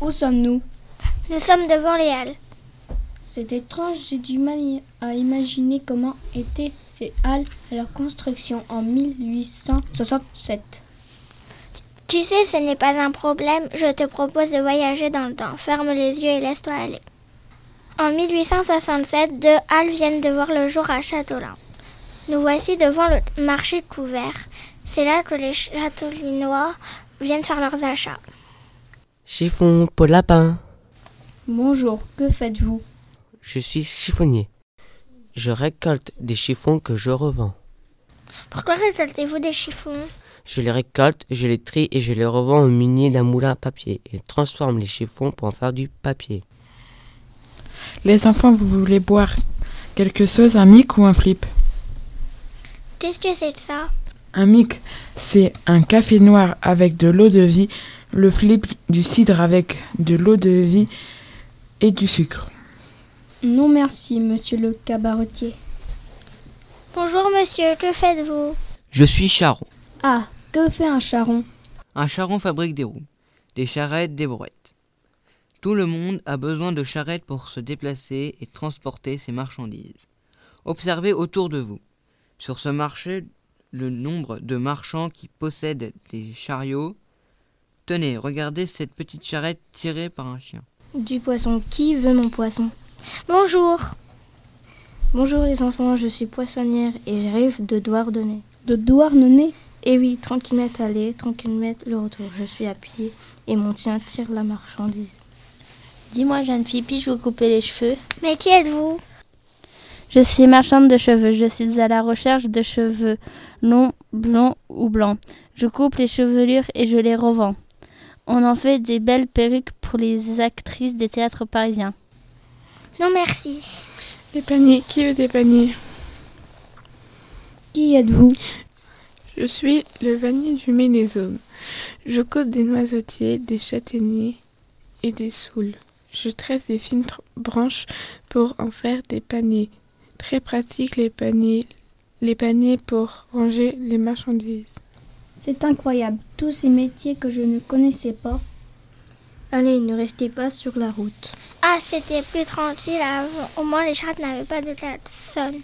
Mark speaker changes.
Speaker 1: Où sommes-nous
Speaker 2: Nous sommes devant les Halles.
Speaker 1: C'est étrange, j'ai du mal à imaginer comment étaient ces halles à leur construction en 1867.
Speaker 2: Tu sais, ce n'est pas un problème. Je te propose de voyager dans le temps. Ferme les yeux et laisse-toi aller. En 1867, deux halles viennent de voir le jour à Châteaulin. Nous voici devant le marché couvert. C'est là que les châteaulinois viennent faire leurs achats.
Speaker 3: Chiffon, Paul Lapin.
Speaker 1: Bonjour, que faites-vous
Speaker 3: Je suis chiffonnier. Je récolte des chiffons que je revends.
Speaker 2: Pourquoi récoltez-vous des chiffons
Speaker 3: Je les récolte, je les trie et je les revends au minier d'un moulin à papier. Ils transforment les chiffons pour en faire du papier.
Speaker 4: Les enfants, vous voulez boire quelque chose, un mic ou un flip
Speaker 2: Qu'est-ce que c'est que ça
Speaker 4: Un mic, c'est un café noir avec de l'eau de vie, le flip du cidre avec de l'eau de vie et du sucre.
Speaker 1: Non merci, monsieur le cabaretier.
Speaker 2: Bonjour monsieur, que faites-vous
Speaker 5: Je suis charron.
Speaker 1: Ah, que fait un charron
Speaker 5: Un charron fabrique des roues, des charrettes, des brouettes. Tout le monde a besoin de charrettes pour se déplacer et transporter ses marchandises. Observez autour de vous. Sur ce marché, le nombre de marchands qui possèdent des chariots. Tenez, regardez cette petite charrette tirée par un chien.
Speaker 6: Du poisson, qui veut mon poisson
Speaker 2: Bonjour.
Speaker 6: Bonjour les enfants, je suis poissonnière et j'arrive de Douarnenez.
Speaker 1: De Douarnenez
Speaker 6: Eh oui, 30 mètres aller, 30 mètres le retour. Je suis à pied et mon tien tire la marchandise.
Speaker 7: Dis-moi, jeune fille, puis-je vous couper les cheveux
Speaker 2: Mais qui êtes-vous
Speaker 7: Je suis marchande de cheveux. Je suis à la recherche de cheveux longs, blonds ou blancs. Je coupe les chevelures et je les revends. On en fait des belles perruques pour les actrices des théâtres parisiens.
Speaker 2: Non merci.
Speaker 8: Des paniers, qui veut des paniers
Speaker 1: Qui êtes-vous
Speaker 8: Je suis le vanier du Ménézome. Je coupe des noisetiers, des châtaigniers et des soules. Je tresse des fines tr- branches pour en faire des paniers. Très pratique les paniers, les paniers pour ranger les marchandises.
Speaker 1: C'est incroyable, tous ces métiers que je ne connaissais pas.
Speaker 6: Allez, ne restez pas sur la route.
Speaker 2: Ah, c'était plus tranquille avant. Au moins les charrettes n'avaient pas de klaxon.